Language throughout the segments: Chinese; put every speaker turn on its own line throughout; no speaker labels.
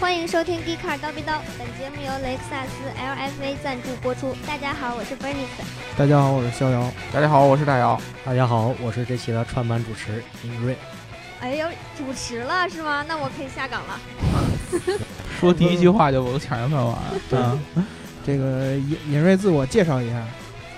欢迎收听《迪卡刀逼刀》，本节目由雷克萨斯 LFA 赞助播出。大家好，我是 Bernice。
大家好，我是逍遥。
大家好，我是大姚。
大家好，我是这期的串班主持英瑞。
哎呦，主持了是吗？那我可以下岗了。
说第一句话就把我抢人饭碗。嗯
啊，这个尹尹瑞自我介绍一下。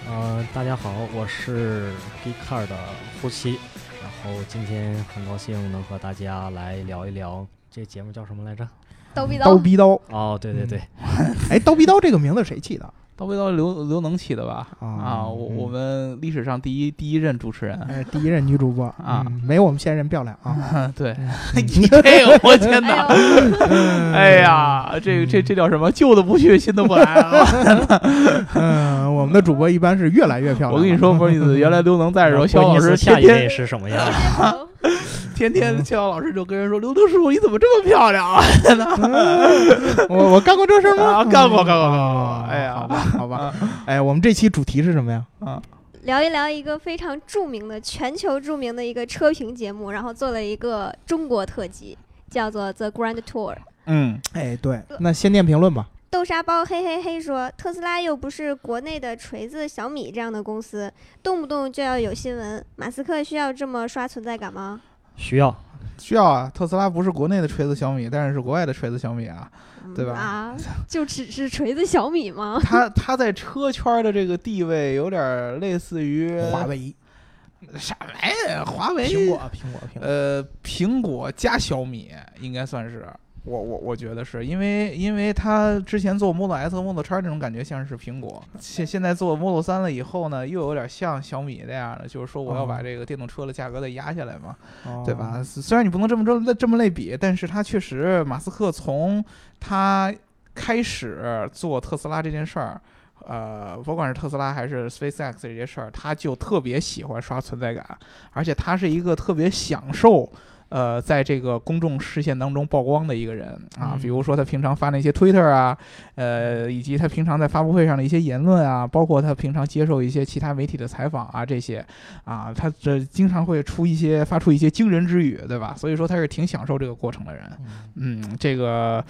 呃，大家好，我是 g e Car 的呼吸。然后今天很高兴能和大家来聊一聊这节目叫什么来着？
刀逼
刀逼刀，
哦，对对对，
嗯
哎，刀逼刀这个名字谁起的？
刀背刀刘刘能起的吧？
啊
啊，我
嗯
我们历史上第一第一任主持人。
哎，第一任女主播
啊
嗯没我们现任漂亮啊。
对，你这个我天哪！
哎呦，
嗯
嗯
哎呀，这个这这叫什么？旧的不去，新的不来 啊！
嗯，我们的主播一般是越来越漂亮。
我跟你，说，不是你原来刘能在的时候，
然后
肖老
关键
师
是下
天
一位
天
是
哎
什么呀？
天天肖老师就跟人说：“刘能叔，你怎么这么漂亮啊
我我干过这事儿？”吗？
啊， 干过，干过，干过
啊！
哎
好
呀，
吧，好吧。哎，我们这期主题是什么呀？
聊一聊一个非常著名的、全球著名的一个车评节目，然后做了一个中国特辑，叫做《The Grand Tour》。
嗯，
哎，对，那先念评论吧。
豆沙包嘿嘿嘿说，特斯拉又不是国内的锤子、小米这样的公司，动不动就要有新闻。马斯克需要这么刷存在感吗？
需要
需要啊。特斯拉不是国内的锤子小米，但是是国外的锤子小米啊。
嗯
对吧
啊，就只是锤子、小米 吗？
它它在车圈的这个地位有点类似于
华为、
啥玩意儿？啊华为、
苹果、苹果、苹果。
呃，苹果加小米应该算是。我我我觉得是因为因为它之前做 Model S、和 Model X 这种感觉像是苹果，现现在做 Model 三了以后呢，又有点像小米那样的，就是说我要把
哦
这个电动车的价格再压下来嘛，
哦
对吧？？虽然你不能这么这这么类比，但是它确实，马斯克从他开始做特斯拉这件事儿，呃，不管是特斯拉还是 SpaceX 这些事儿，他就特别喜欢刷存在感，而且他是一个特别享受。呃，在这个公众视线当中曝光的一个人啊，
嗯
比如说他平常发那些 Twitter 啊，呃，以及他平常在发布会上的一些言论啊，包括他平常接受一些其他媒体的采访啊，这些，啊，他这经常会出一些发出一些惊人之语，对吧？所以说他是挺享受这个过程的人。嗯，这个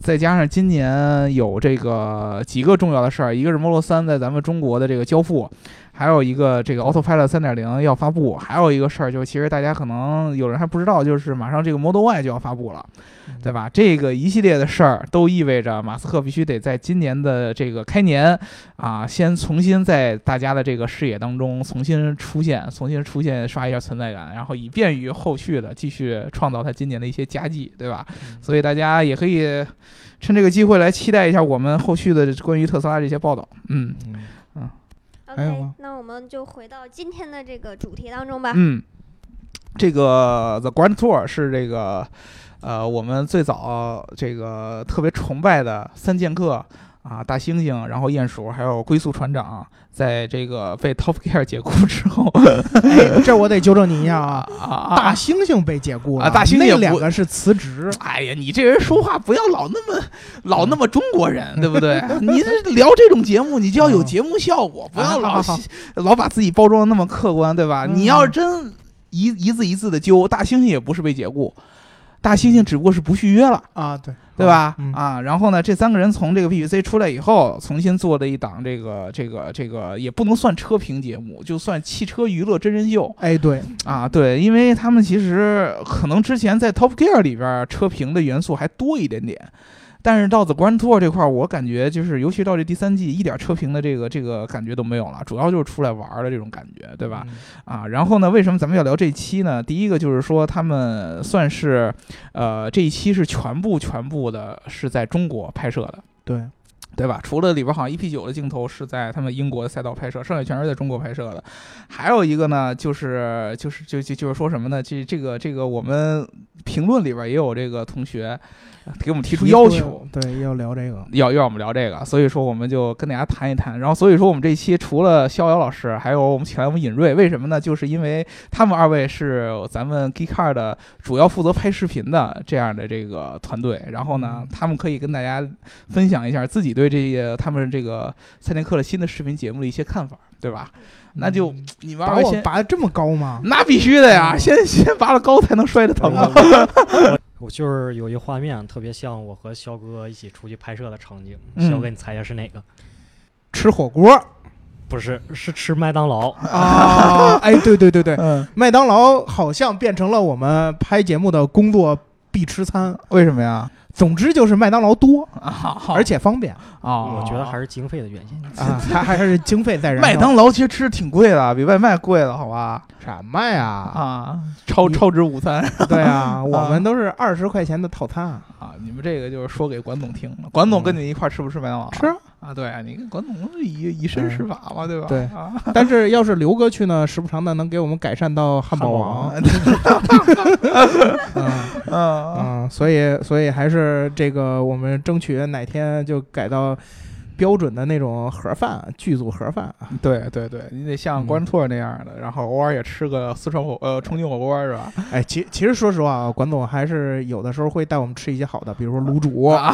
再加上今年有这个几个重要的事儿，一个是 Model 3在咱们中国的这个交付，还有一个这个 Autopilot 3.0要发布，还有一个事儿就是其实大家可能有人还不知道，就是马上这个 Model Y 就要发布了。
嗯
对吧？这个一系列的事儿都意味着马斯克必须得在今年的这个开年啊，先重新在大家的这个视野当中重新出现，重新出现，刷一下存在感，然后以便于后续的继续创造他今年的一些佳绩，对吧？所以大家也可以趁这个机会来期待一下我们后续的关于特斯拉这些报道。嗯
嗯？
还有
OK，
吗
那我们就回到今天的这个主题当中吧。
嗯，这个 The Grand Tour 是这个呃我们最早这个特别崇拜的三剑客。啊，大猩猩，然后鼹鼠，还有龟速船长，在这个被 Top Gear 解雇之后，
哎，这我得纠正你一下啊。
啊
大猩猩被解雇了，
啊大猩猩也
那
不
两个是辞职。
哎呀，你这人说话不要老那么老
嗯
那么中国人，对不对？ 你这聊这种节目，你就
嗯
要有节目效果，不要老
啊好好
老把自己包装的那么客观，对吧？
嗯
你要真一一字一字的揪，大猩猩也不是被解雇，大猩猩只不过是不续约了。
啊，对
对吧？
嗯
啊，然后呢，这三个人从这个 BBC 出来以后，重新做了一档这个这个这个，也不能算车评节目，就算汽车娱乐真人秀。
哎，对，
啊，对，因为他们其实可能之前在 Top Gear 里边儿车评的元素还多一点点，但是到 The Grand Tour 这块儿，我感觉就是，尤其到这第三季，一点车评的这个这个感觉都没有了，主要就是出来玩儿的这种感觉，对吧？？啊，然后呢，为什么咱们要聊这一期呢？第一个就是说，他们算是，呃，这一期是全部全部的是在中国拍摄的。
对，
对吧？除了里边好像 EP 九的镜头是在他们英国的赛道拍摄，剩下全是在中国拍摄的。还有一个呢，就是就是就就就是说什么呢？这这个这个我们评论里边也有这个同学给我们提出要求。
对，要聊这个。
要要我们聊这个，所以说我们就跟大家谈一谈。然后所以说我们这一期除了逍遥老师，还有我们请来我们尹锐，为什么呢？就是因为他们二位是咱们 Geek Car 的主要负责拍视频的这样的这个团队，然后呢，他们可以跟大家分享一下自己对对这个他们这个赛电课的新的视频节目的一些看法，对吧？那就
嗯
你玩
把
玩
我
先，
拔得这么高吗？
那必须的呀，
嗯
先先拔了高才能摔得疼
嗯
啊！
我我就是有一画面特别像我和肖哥一起出去拍摄的场景，
嗯
肖哥你猜一下是哪个？
吃火锅
不是，是吃麦当劳。
啊！哎，对对 对对，
嗯，
麦当劳好像变成了我们拍节目的工作必吃餐。
为什么呀？
总之就是麦当劳多，
啊，
而且方 便
啊，
我觉得还是经费的原因。
啊，它还是经费 在燃烧。
麦当劳其实吃挺贵的，比外卖贵了，好吧？
什么呀？
啊，超
你
超值午餐
对 啊，我们都是二十块钱的套餐，
啊！你们这个就是说给管总听了，管总跟你一块儿吃不吃麦当劳啊？
吃。
啊，对啊，你跟管总以以身
嗯
试法嘛，对吧？
对
啊，
但是要是刘哥去呢，时不常的能给我们改善到汉堡 王。 嗯
哦嗯，
嗯，所以所以还是这个，我们争取哪天就改到标准的那种盒饭，剧组盒饭。啊
嗯对对对，你得像
嗯
关拓那样的，然后偶尔也吃个四川火呃重庆火锅是吧？
哎，其其实说实话啊，管总还是有的时候会带我们吃一些好的，比如说卤煮，
啊，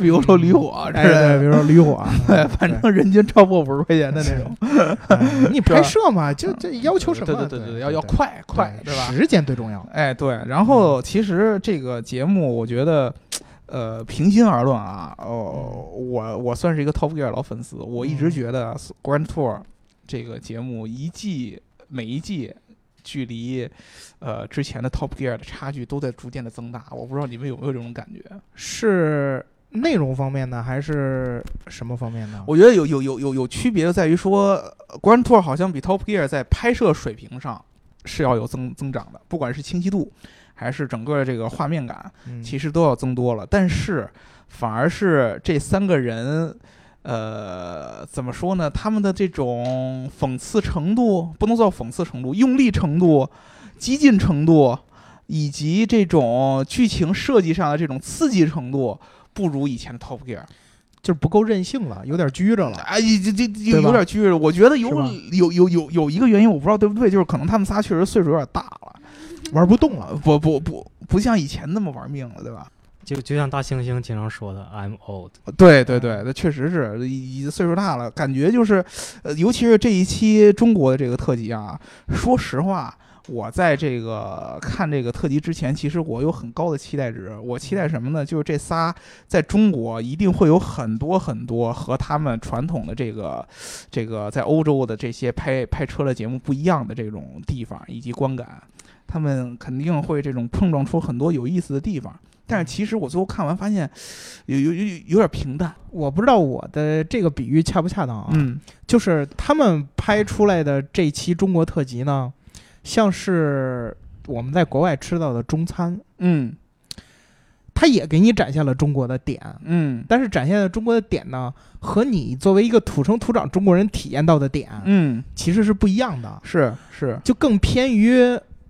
比如说驴火之
哎，
类
对，比
的，
如说驴火。啊
对，反正人均超过五十块钱的那种，
哎嗯你拍摄嘛，就这要求什么？
对对对对，要要快快，对吧？
时间最重要。
哎，对，然后其实这个节目，我觉得，呃，平心而论啊，哦，我我算是一个 Top Gear 老粉丝，我一直
嗯
觉得啊 Grand Tour 这个节目一季每一季距离呃之前的 Top Gear 的差距都在逐渐的增大，我不知道你们有没有这种感觉？
是内容方面呢，还是什么方面呢？
我觉得有有有有有区别，在于说呃 Grand Tour 好像比 Top Gear 在拍摄水平上是要有增增长的，不管是清晰度还是整个这个画面感。
嗯
其实都要增多了，但是反而是这三个人，呃，怎么说呢？他们的这种讽刺程度，不能叫讽刺程度，用力程度、激进程度，以及这种剧情设计上的这种刺激程度。不如以前的 Top
啊
Gear
就是不够任性了，有点拘着了。
哎，这这这
对吧
有点拘着。我觉得有
是吧
有有有有一个原因，我不知道对不对，就是可能他们仨确实岁数有点大了，
玩不动了。
呃不不不不像以前那么玩命了，对吧？
就就像大猩猩经常说的，I'm old。
对对对，那确实是，已岁数大了，感觉就是，呃，尤其是这一期中国的这个特辑啊，说实话，我在这个看这个特辑之前，其实我有很高的期待值。我期待什么呢？就是这仨在中国一定会有很多很多和他们传统的这个这个在欧洲的这些拍拍车的节目不一样的这种地方以及观感，他们肯定会这种碰撞出很多有意思的地方。但是其实我最后看完发现，有有有有点平淡。
我不知道我的这个比喻恰不恰当啊？
嗯
就是他们拍出来的这期中国特辑呢，像是我们在国外吃到的中餐，
嗯
它也给你展现了中国的点，
嗯
但是展现的中国的点呢，和你作为一个土生土长中国人体验到的点，
嗯，
其实是不一样的，
是是，
就更偏于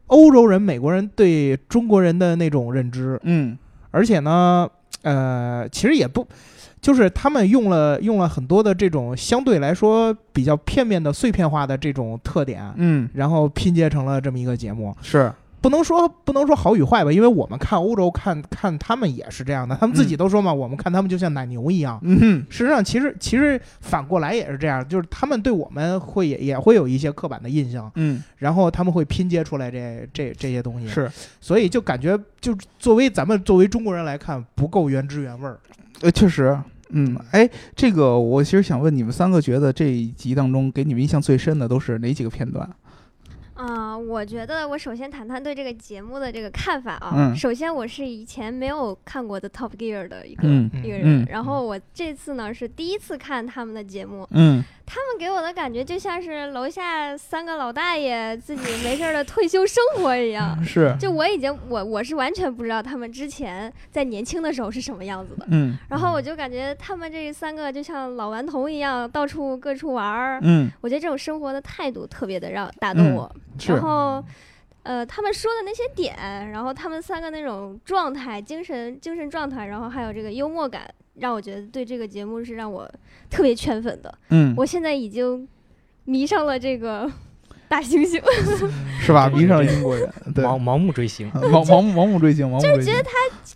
欧洲人、美国人对中国人的那种认知。
嗯
而且呢，呃，其实也不，就是他们用了用了很多的这种相对来说比较片面的碎片化的这种特点，
嗯
然后拼接成了这么一个节目。
是，
不能说不能说好与坏吧，因为我们看欧洲看看他们也是这样的，他们自己都说嘛，我们看他们就像奶牛一样。
嗯哼
实际上，其实其实反过来也是这样，就是他们对我们会也也会有一些刻板的印象，
嗯
然后他们会拼接出来这这这些东西。
是，
所以就感觉，就作为咱们作为中国人来看，不够原汁原味 儿。
呃确实。嗯，哎，这个我其实想问你们三个，觉得这一集当中给你们印象最深的都是哪几个片段？
啊、我觉得我首先谈谈对这个节目的这个看法啊。
嗯
首先，我是以前没有看过的 Top Gear 的一个、
嗯
一个
嗯
人，
嗯
然后我这次呢是第一次看他们的节目，
嗯
他们给我的感觉就像是楼下三个老大爷自己没事儿的退休生活一样。
是，
就我已经我我是完全不知道他们之前在年轻的时候是什么样子的，
嗯
然后我就感觉他们这三个就像老顽童一样到处各处玩儿，
嗯
我觉得这种生活的态度特别的让打动
嗯
我。
是
然，后，呃，他们说的那些点，然后他们三个那种状态、精神、精神状态，然后还有这个幽默感，让我觉得对这个节目是让我特别圈粉的。
嗯
我现在已经迷上了这个 大猩猩，
是吧？
对
迷上了
对
英国人，对，
盲
盲
盲目追星。
盲盲目盲目追星，盲目追星，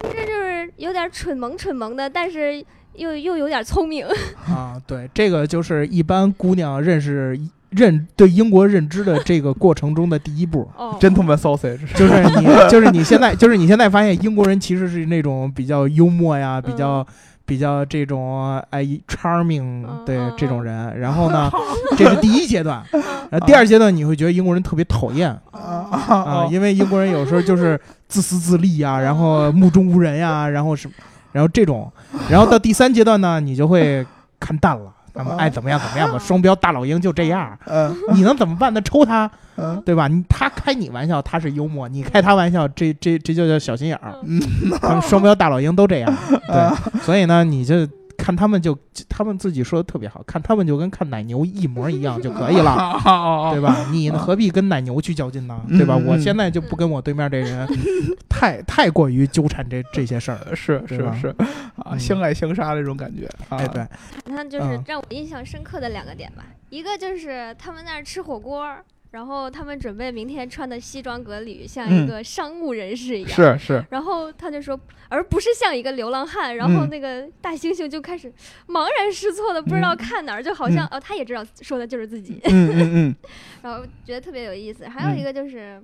这就是有点蠢萌蠢萌的，但是又又有点聪明，
啊，对，这个就是一般姑娘认识认对英国认知的这个过程中的第一步。
哦，
真他妈 sausage，
就是 你，就是你现在，就是你现在发现英国人其实是那种比较幽默呀，比较、比较这种哎 charming
嗯
对、
嗯嗯
这种人。然后呢，这是第一阶段。然后第二阶段你会觉得英国人特别讨厌
哦
啊，
啊
因为英国人有时候就是自私自利呀，然后
嗯
目中无人呀，然后什么，然后这种，然后到第三阶段呢，你就会看淡了。他们
哦
爱怎么样怎么样吧，双标大老鹰就这样，
嗯
你能怎么办呢？抽他，
嗯，
对吧？你他开你玩笑，他是幽默；你开他玩笑，这这这就叫小心眼儿。
嗯
他 们双标大老鹰都这 样，对，所以呢，你就看他们就他们自己说的特别好，看他们就跟看奶牛一模一样就可以 了。
啊啊
对吧？你呢何必跟奶牛去较劲呢？对吧？
嗯
我现在就不跟我对面这人 太太过于纠缠这这些事儿。
是
对
是
吧
是，啊，
嗯
相爱相杀那种感觉啊，
哎，对，
他就是
嗯
让我印象深刻的两个点吧，一个就是他们那儿吃火锅儿，然后他们准备明天穿的西装革履，像一
嗯
个商务人士一样。
是 是，
然后他就说，而不是像一个流浪汉。然后
嗯
那个大猩猩就开始茫然失措的，不知道看哪儿，就好像、哦，他也知道说的就是自己，
嗯嗯
然后觉得特别有意思。还有
嗯
一个就是，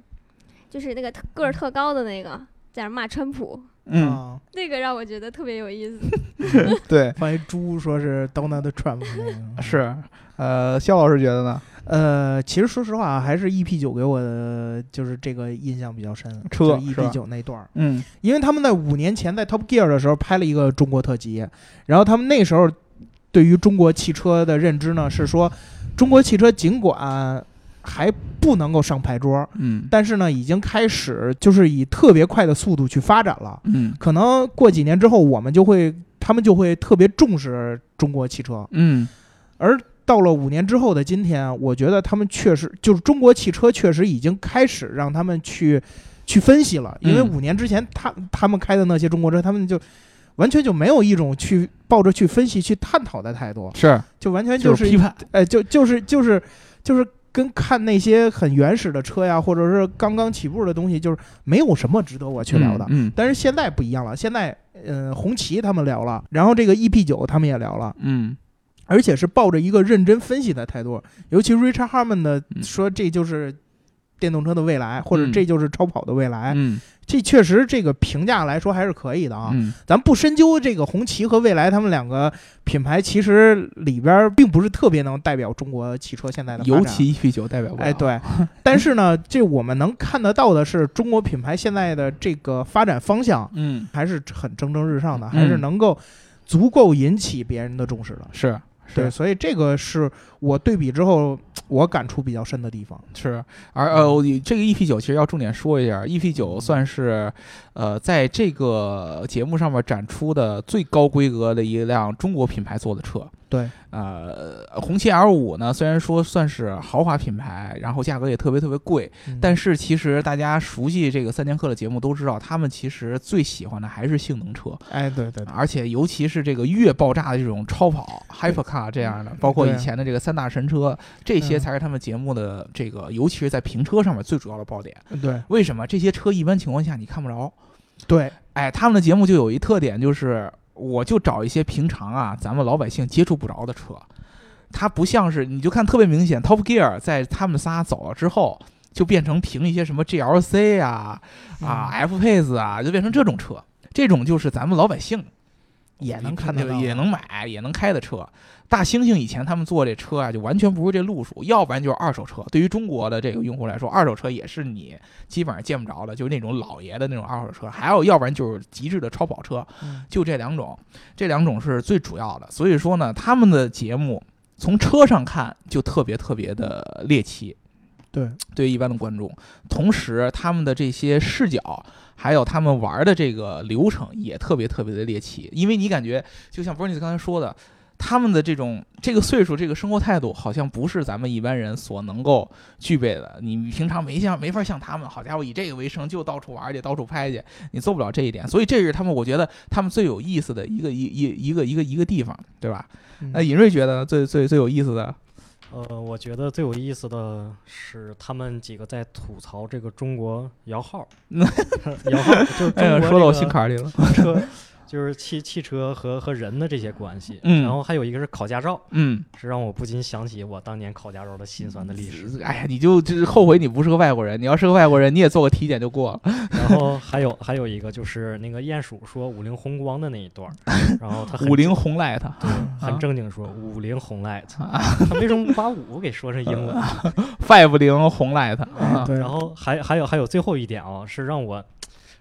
就是那个特个儿特高的那个在那儿骂川普，
嗯
啊，
那个让我觉得特别有意思。
嗯， 对，
关于猪说是 Donald Trump 那个
是，呃，肖老师觉得呢？
呃，其实说实话，还是 EP 九给我的就是这个印象比较深，
车
就是
是吧
EP 九那段儿，
嗯
因为他们在五年前在 Top Gear 的时候拍了一个中国特辑，然后他们那时候对于中国汽车的认知呢是说，中国汽车尽管还不能够上牌桌，
嗯
但是呢已经开始就是以特别快的速度去发展了。
嗯
可能过几年之后，我们就会他们就会特别重视中国汽车，
嗯
而。到了五年之后的今天，我觉得他们确实就是中国汽车确实已经开始让他们去去分析了，因为
嗯
五年之前他他们开的那些中国车，他们就完全就没有一种去抱着去分析、去探讨的态度，
是，
就完全
就是批判，
哎，就就是就是就是跟看那些很原始的车呀，或者是刚刚起步的东西，就是没有什么值得我去聊的。
嗯
但是现在不一样了，现在呃，红旗他们聊了，然后这个 EP 九他们也聊了，
嗯
而且是抱着一个认真分析的态度。尤其 Richard Harman 的
嗯
说，这就是电动车的未来，或者
嗯
这就是超跑的未来，
嗯
这确实这个评价来说还是可以的啊。
嗯
咱不深究这个红旗和蔚来他们两个品牌，其实里边儿并不是特别能代表中国汽车现在的发展
尤其啊 EP 九代表不了，
哎，对， 但是呢，这我们能看得到的是，中国品牌现在的这个发展方向
嗯
还是很蒸蒸日上的，
嗯
还是能够足够引起别人的重视的。
是。
对，
是
所以这个是我对比之后我感触比较深的地方。
是，而
嗯
呃，你这个 EP 九其实要重点说一下，EP 九算是呃在这个节目上面展出的最高规格的一辆中国品牌做的车。
对，
呃，红旗 L 五呢，虽然说算是豪华品牌，然后价格也特别特别贵，
嗯
但是其实大家熟悉这个三剑客的节目都知道，他们其实最喜欢的还是性能车，
哎，对对对，
而且尤其是这个越爆炸的这种超跑、hypercar 这样的，包
嗯
括
对啊
以前的这个三大神车，这些
嗯
才是他们节目的这个，尤其是在评车上面最主要的爆点。
对
为什么这些车一般情况下你看不着？
对，
哎，他们的节目就有一特点，就是我就找一些平常啊咱们老百姓接触不着的车，它不像是你就看特别明显，Top Gear 在他们仨走了之后。就变成评一些什么 GLC 啊、
嗯
啊 F Pace 啊，就变成这种车，这种就是咱们老百姓也能看
也能看得到
也能买、也能开的车。大猩猩以前他们做这车啊，就完全不是这路数，要不然就是二手车。对于中国的这个用户来说，二手车也是你基本上见不着的，就是那种老爷的那种二手车。还有，要不然就是极致的超跑车，
嗯
就这两种，这两种是最主要的。所以说呢，他们的节目从车上看就特别特别的猎奇，
对，
对于一般的观众。同时，他们的这些视角，还有他们玩的这个流程也特别特别的猎奇，因为你感觉就像 Bernie 刚才说的，他们的这种这个岁数、这个生活态度，好像不是咱们一般人所能够具备的。你平常没像没法像他们，好家伙，以这个为生，就到处玩去，到处拍去，你做不了这一点。所以这是他们，我觉得他们最有意思的一个一一一个一个一个地方，对吧？
嗯
那尹瑞觉得最最最有意思的，
呃，我觉得最有意思的是他们几个在吐槽 这个中国摇号，摇号就是
哎呀，
中
说到
国
我
这
心
个
坎里了。
车，就是汽汽车和和人的这些关系。
嗯
然后还有一个是考驾照，
嗯，
是让我不禁想起我当年考驾照的辛酸的历史。
哎呀，你就就是后悔你不是个外国人，你要是个外国人，你也做个体检就过了。
然后还有还有一个就是那个鼹鼠说五菱宏光的那一段儿，然后他很
五菱红 light 啊
很正经说五菱红 light，他为什么不把五给说成
啊
英文？
，five 零红 light
哎
啊，
对，
然后还还有还有最后一点啊，是让我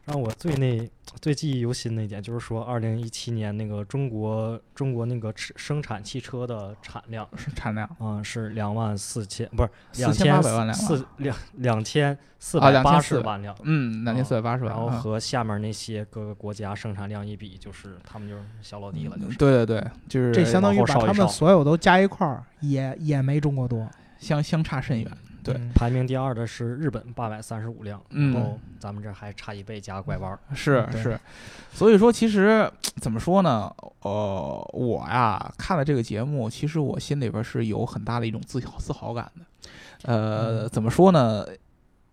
让我最那最记忆犹新的一点，就是说二零一七年那个中国中国那个吃生产汽车的产量
是产量
啊、是两万四千不是两千
4800万辆
四两两千四
啊
百八
2400
十万辆。
嗯，两千四百八十万
然后
啊。
和下面那些各个国家生产量一比，就是他们就是小老弟了，就是
嗯对对对，就是
这相当于
往后
把
烧一
他们
烧
所有都加一块儿，也也没中国多。
相相差甚远。对
嗯
排名第二的是日本八百三十五辆，
嗯
然后咱们这还差一倍加拐弯儿。
是
嗯对
是，所以说其实怎么说呢？呃，我呀看了这个节目，其实我心里边是有很大的一种自豪自豪感的。呃，
嗯
怎么说呢？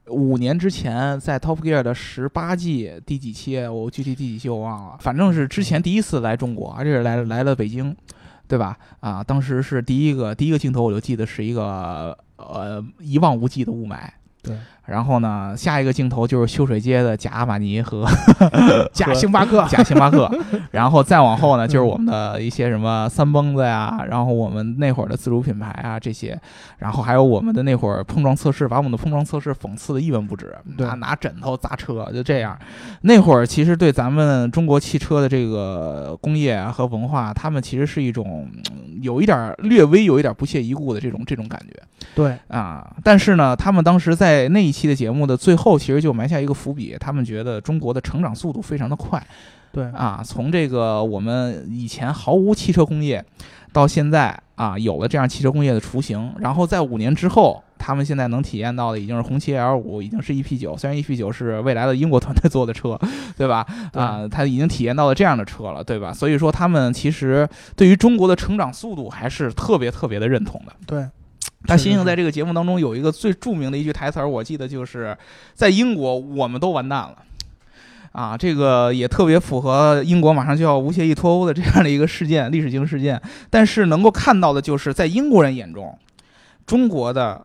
五年之前，在 Top Gear 的十八季第几期，我具体第几期我忘了，反正是
嗯
之前第一次来中国，而且是来来了北京，对吧？啊，当时是第一个第一个镜头，我就记得是一个呃一望无际的雾霾。
对，
然后呢，下一个镜头就是秀水街的假阿玛尼和
假星巴 克，嗯
假星 巴克，然后再往后呢，就是我们的一些什么三蹦子呀，然后我们那会儿的自主品牌啊这些，然后还有我们的那会儿碰撞测试，把我们的碰撞测试讽刺的一文不值，
对
拿拿枕头砸车，就这样。那会儿其实对咱们中国汽车的这个工业啊和文化，他们其实是一种嗯有一点儿略微有一点儿不屑一顾的这种这种感觉。
对，
啊，但是呢，他们当时在那一期的节目的最后，其实就埋下一个伏笔，他们觉得中国的成长速度非常的快
对，
啊，从这个我们以前毫无汽车工业，到现在啊有了这样汽车工业的雏形，然后在五年之后，他们现在能体验到的已经是红旗 L 五，已经是 EP 九，虽然 EP 九是未来的英国团队做的车，对吧？啊，他已经体验到了这样的车了，对吧？所以说，他们其实对于中国的成长速度还是特别特别的认同的。
对，
大
是
猩
是
猩
是
在这个节目当中有一个最著名的一句台词儿，我记得就是在英国我们都完蛋了。啊，这个也特别符合英国马上就要无协议脱欧的这样的一个事件，历史性事件。但是能够看到的就是，在英国人眼中，中国的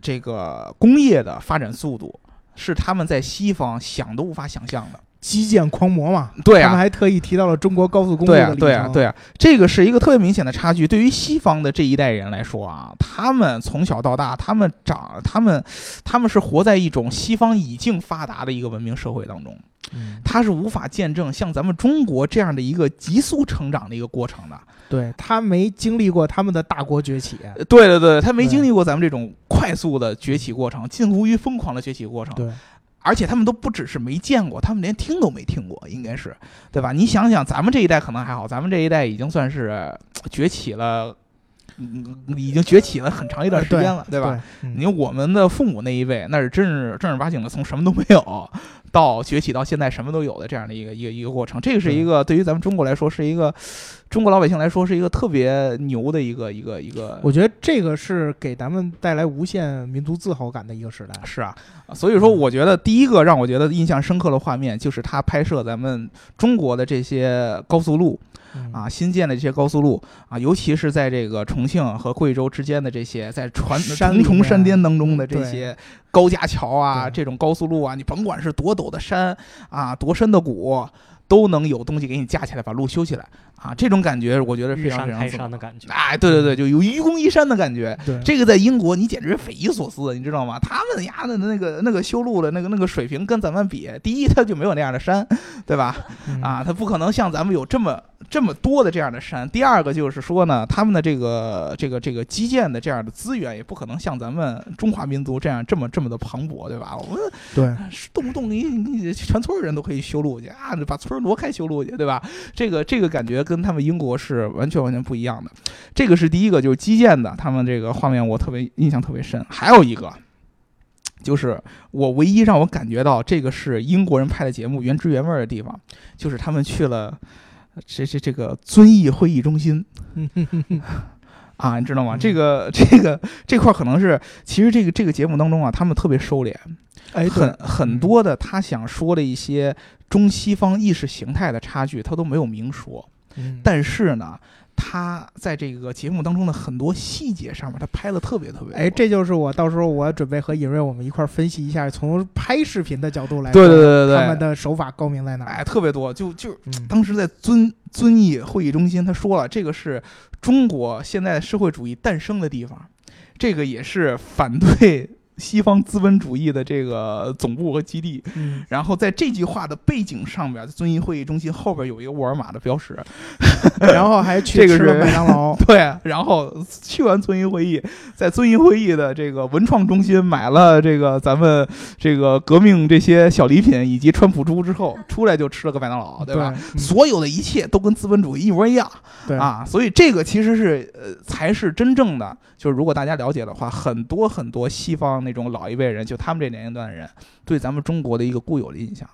这个工业的发展速度是他们在西方想都无法想象的。
基建狂魔嘛，
对
他
啊
们还特意提到了中国高速公路
对
的
啊，
里
对啊，
程，
对啊，这个是一个特别明显的差距。对于西方的这一代人来说啊，他们从小到大，他们长，他们他们是活在一种西方已经发达的一个文明社会当中，
嗯
他是无法见证像咱们中国这样的一个急速成长的一个过程的。
对他没经历过他们的大国崛起，
呃对对对，他没
对
经历过咱们这种快速的崛起过程，近乎于疯狂的崛起过程。
对，
而且他们都不只是没见过，他们连听都没听过，应该是，对吧？你想想，咱们这一代可能还好，咱们这一代已经算是呃崛起了，嗯，已经崛起了很长一段时间了，呃对吧？
嗯？
你看我们的父母那一辈，那是真是正儿八经的从什么都没有到崛起到现在什么都有的这样的一个一个一个过程，这个是一个对于咱们中国来说是一个中国老百姓来说是一个特别牛的一个一个一个
我觉得这个是给咱们带来无限民族自豪感的一个时代。
是啊，所以说我觉得第一个让我觉得印象深刻的画面，就是他拍摄咱们中国的这些高速路
嗯
啊，新建的这些高速路啊，尤其是在这个重庆和贵州之间的这些在传
山
重
里
重
面
山巅当中的
嗯
这
对
些高架桥啊，
对
这种高速路啊，你甭管是多陡的山啊，多深的谷。都能有东西给你架起来，把路修起来啊！这种感觉，我觉得
日
非常
山
非常
开
自豪
山的感觉。
哎，对对对，就有愚公移山的感觉。
对，
这个在英国你简直是匪夷所思，你知道吗？他们家的那个那个修路的那个那个水平跟咱们比，第一他就没有那样的山，对吧？
嗯
啊，他不可能像咱们有这么这么多的这样的山。第二个就是说呢，他们的这个这个这个基建的这样的资源也不可能像咱们中华民族这样这么这么的磅礴，对吧？我们
对
动不动你你全村人都可以修路去啊，把村儿挪开修路去，对吧？这个这个感觉跟他们英国是完全完全不一样的。这个是第一个，就是基建的，他们这个画面我特别印象特别深。还有一个。就是我唯一让我感觉到这个是英国人拍的节目原汁原味儿的地方，就是他们去了这这这个遵义会议中心
嗯哼哼哼
啊，你知道吗？
嗯
这个这个这块儿可能是，其实这个这个节目当中啊，他们特别收敛，
哎，
很
对，
很多的他想说的一些中西方意识形态的差距，他都没有明说。
嗯
但是呢，他在这个节目当中的很多细节上面，他拍的特别特别多。
哎，这就是我到时候我准备和尹瑞我们一块儿分析一下，从拍视频的角度来说，
对对对对对
他们的手法高明在哪儿？
哎特别多，就就
嗯
当时在遵遵义会议中心，他说了，这个是中国现在社会主义诞生的地方，这个也是反对 西方资本主义的这个总部和基地。
嗯，
然后在这句话的背景上边，遵义会议中心后边有一个沃尔玛的标识。
然后还去
这个
吃了
是，
麦当劳
对，啊然后去完遵义会议，在遵义会议的这个文创中心买了这个咱们这个革命这些小礼品以及川普猪之后，出来就吃了个麦当劳，对
对
吧？
嗯
所有的一切都跟资本主义一模一样
对，
啊，所以这个其实是呃才是真正的，就是如果大家了解的话，很多很多西方那种老一辈人，就他们这年龄段的人，对咱们中国的一个固有的印象。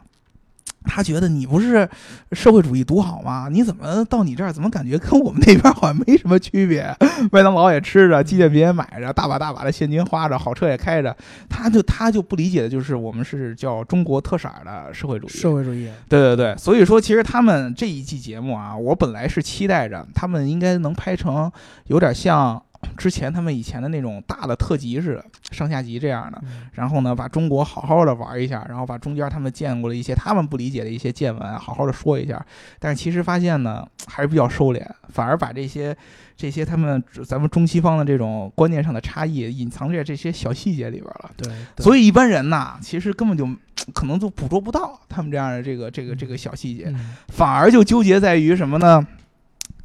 他觉得你不是社会主义独好吗？你怎么到你这儿怎么感觉跟我们那边好像没什么区别？ 麦当劳也吃
嗯
着，鸡蛋饼也买着，大把大把的现金花着，好车也开着。他就他就不理解的就是我们是叫中国特色儿的社会主义，
社会主义，
对对对，所以说其实他们这一季节目啊，我本来是期待着他们应该能拍成有点像之前他们以前的那种大的特辑似的，上下集这样的。
嗯
然后呢，把中国好好的玩一下，然后把中间他们见过的一些他们不理解的一些见闻，好好的说一下。但是其实发现呢，还是比较收敛，反而把这些这些他们咱们中西方的这种观念上的差异隐藏在这些小细节里边了。
对，以
所以一般人呐，其实根本就可能就捕捉不到他们这样的这个这个这个小细节，
嗯
反而就纠结在于什么呢？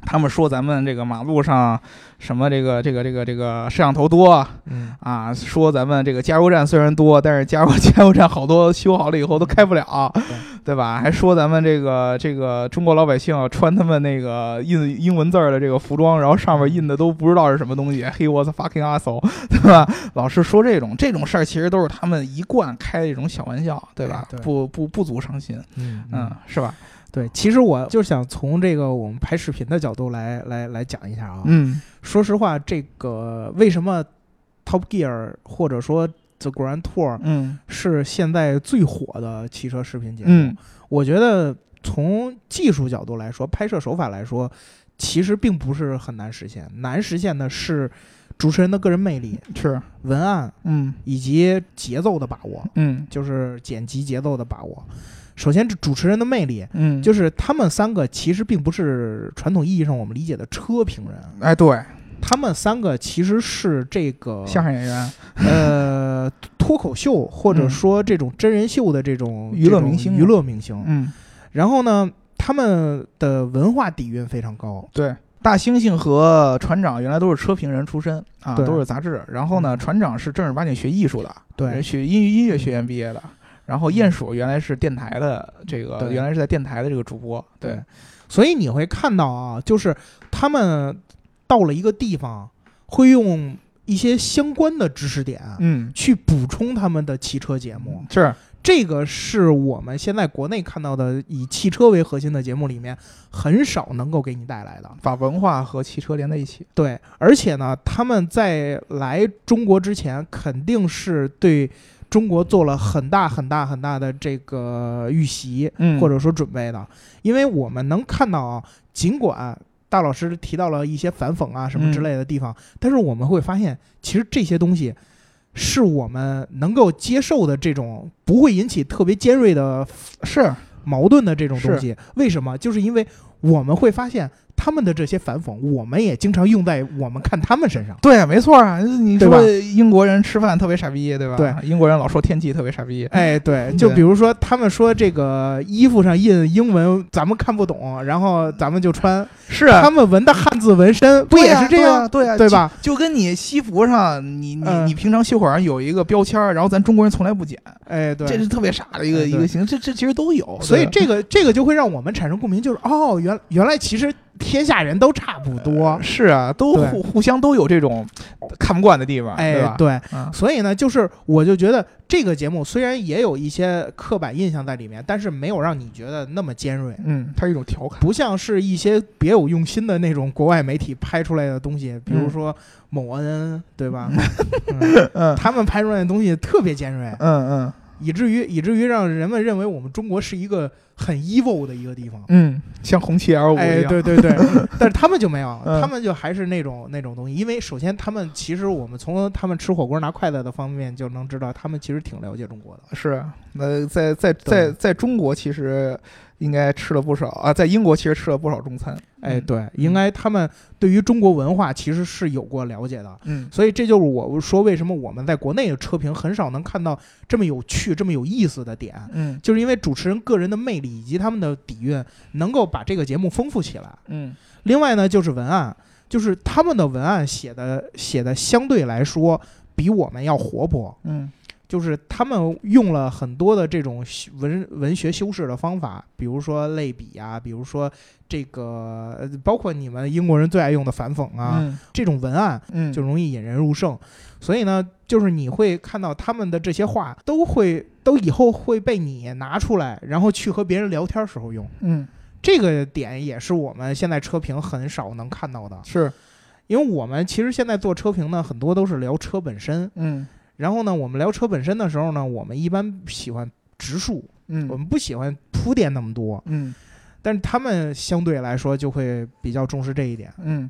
他们说咱们这个马路上什么这个这个这个这个摄像头多
嗯，
啊，说咱们这个加油站虽然多，但是加油 加油站好多修好了以后都开不了，对吧？还说咱们这个这个中国老百姓穿他们那个印英文字儿的这个服装，然后上面印的都不知道是什么东西，He was a fucking asshole，对 吧？老是说这种这种事儿，其实都是他们一贯开的一种小玩笑，对吧？
对对
不不不足伤心，
嗯
嗯，是吧？
对，其实我就想从这个我们拍视频的角度来来来讲一下啊。
嗯
说实话，这个为什么 Top Gear 或者说 The Grand Tour
嗯
是现在最火的汽车视频节目？
嗯，
我觉得从技术角度来说，拍摄手法来说，其实并不是很难实现，难实现的是主持人的个人魅力、
是，
文案
嗯
以及节奏的把握，
嗯
就是剪辑节奏的把握。首先，这主持人的魅力。
嗯，
就是他们三个其实并不是传统意义上我们理解的车评人，
哎，对，
他们三个其实是这个
相声演员，
呃脱口秀或者
嗯
说这种真人秀的这种
娱乐
这种
明星
娱乐明星。
嗯，
然后呢，他们的文化底蕴非常高。
对。大猩猩和船长原来都是车评人出身啊，
对
都是杂志。然后呢，
嗯
船长是正儿八经学艺术的，
对嗯
学音乐音乐学院毕业的。然后鼹鼠原来是电台的这个，
对
原来是在电台的这个主播，对，，
所以你会看到啊，就是他们到了一个地方，会用一些相关的知识点。
嗯，
去补充他们的汽车节目，
是，
这个是我们现在国内看到的以汽车为核心的节目里面很少能够给你带来的。
把文化和汽车连在一起，
对，而且呢，他们在来中国之前，肯定是对中国做了很大很大很大的这个预习，
嗯
或者说准备的。因为我们能看到啊，尽管大老师提到了一些反讽啊什么之类的地方，但是我们会发现，其实这些东西。是我们能够接受的这种不会引起特别尖锐的
是
矛盾的这种东西。为什么？就是因为我们会发现他们的这些反讽，我们也经常用在我们看他们身上。
对，没错啊。你
对吧
说英国人吃饭特别傻逼，对吧？
对，
英国人老说天气特别傻逼，
哎，对，就
对
比如说他们说这个衣服上印英文，咱们看不懂，然后咱们就穿。
是啊
他们纹的汉字纹身不
对
也
呀
是这样，
对啊呀、
对吧？
就？就跟你西服上，你你
嗯
你平常袖口上有一个标签儿，然后咱中国人从来不剪，
哎，
这
对
是。特别傻的一个
哎
一个
对
行，这这其实都有。
所以
对啊
这个这个就会让我们产生共鸣，就是哦，原原来其实天下人都差不多。
是啊，都
对
互互相都有这种看不惯的地方，
哎
对吧，？
对，
嗯
所以呢，就是我就觉得这个节目虽然也有一些刻板印象在里面，但是没有让你觉得那么尖锐，
嗯，它有一种调侃，
不像是一些别有用心的那种国外媒体拍出来的东西，比如
嗯
说某恩，对吧？嗯
嗯
他们拍出来的东西特别尖锐，
嗯
以至于以至于让人们认为我们中国是一个很 evil 的一个地方。
嗯嗯，像红旗 L 五
哎，
一样，
对对 对，但是他们就没有，
嗯
他们就还是那种那种东西。因为首先，他们其实我们从他们吃火锅拿筷子的方面就能知道，他们其实挺了解中国的。
是那在在在
对
在中国其实应该吃了不少啊，在英国其实吃了不少中餐，
哎，对，
嗯
应该他们对于中国文化其实是有过了解的。
嗯，
所以这就是我说为什么我们在国内的车评很少能看到这么有趣、这么有意思的点，
嗯
就是因为主持人个人的魅力以及他们的底蕴，能够把这个节目丰富起来。
嗯
另外呢，就是文案，就是他们的文案写的写的相对来说比我们要活泼，
嗯
就是他们用了很多的这种修文文学修饰的方法，比如说类比啊，比如说这个，呃包括你们英国人最爱用的反讽啊，
嗯
这种文案
嗯，
就容易引人入胜。所以呢，就是你会看到他们的这些话都会都以后会被你拿出来，然后去和别人聊天时候用。
嗯
这个点也是我们现在车评很少能看到的，
是
因为我们其实现在做车评呢，很多都是聊车本身。
嗯
然后呢，我们聊车本身的时候呢，我们一般喜欢直述，
嗯
我们不喜欢铺垫那么多。
嗯
但是他们相对来说就会比较重视这一点。
嗯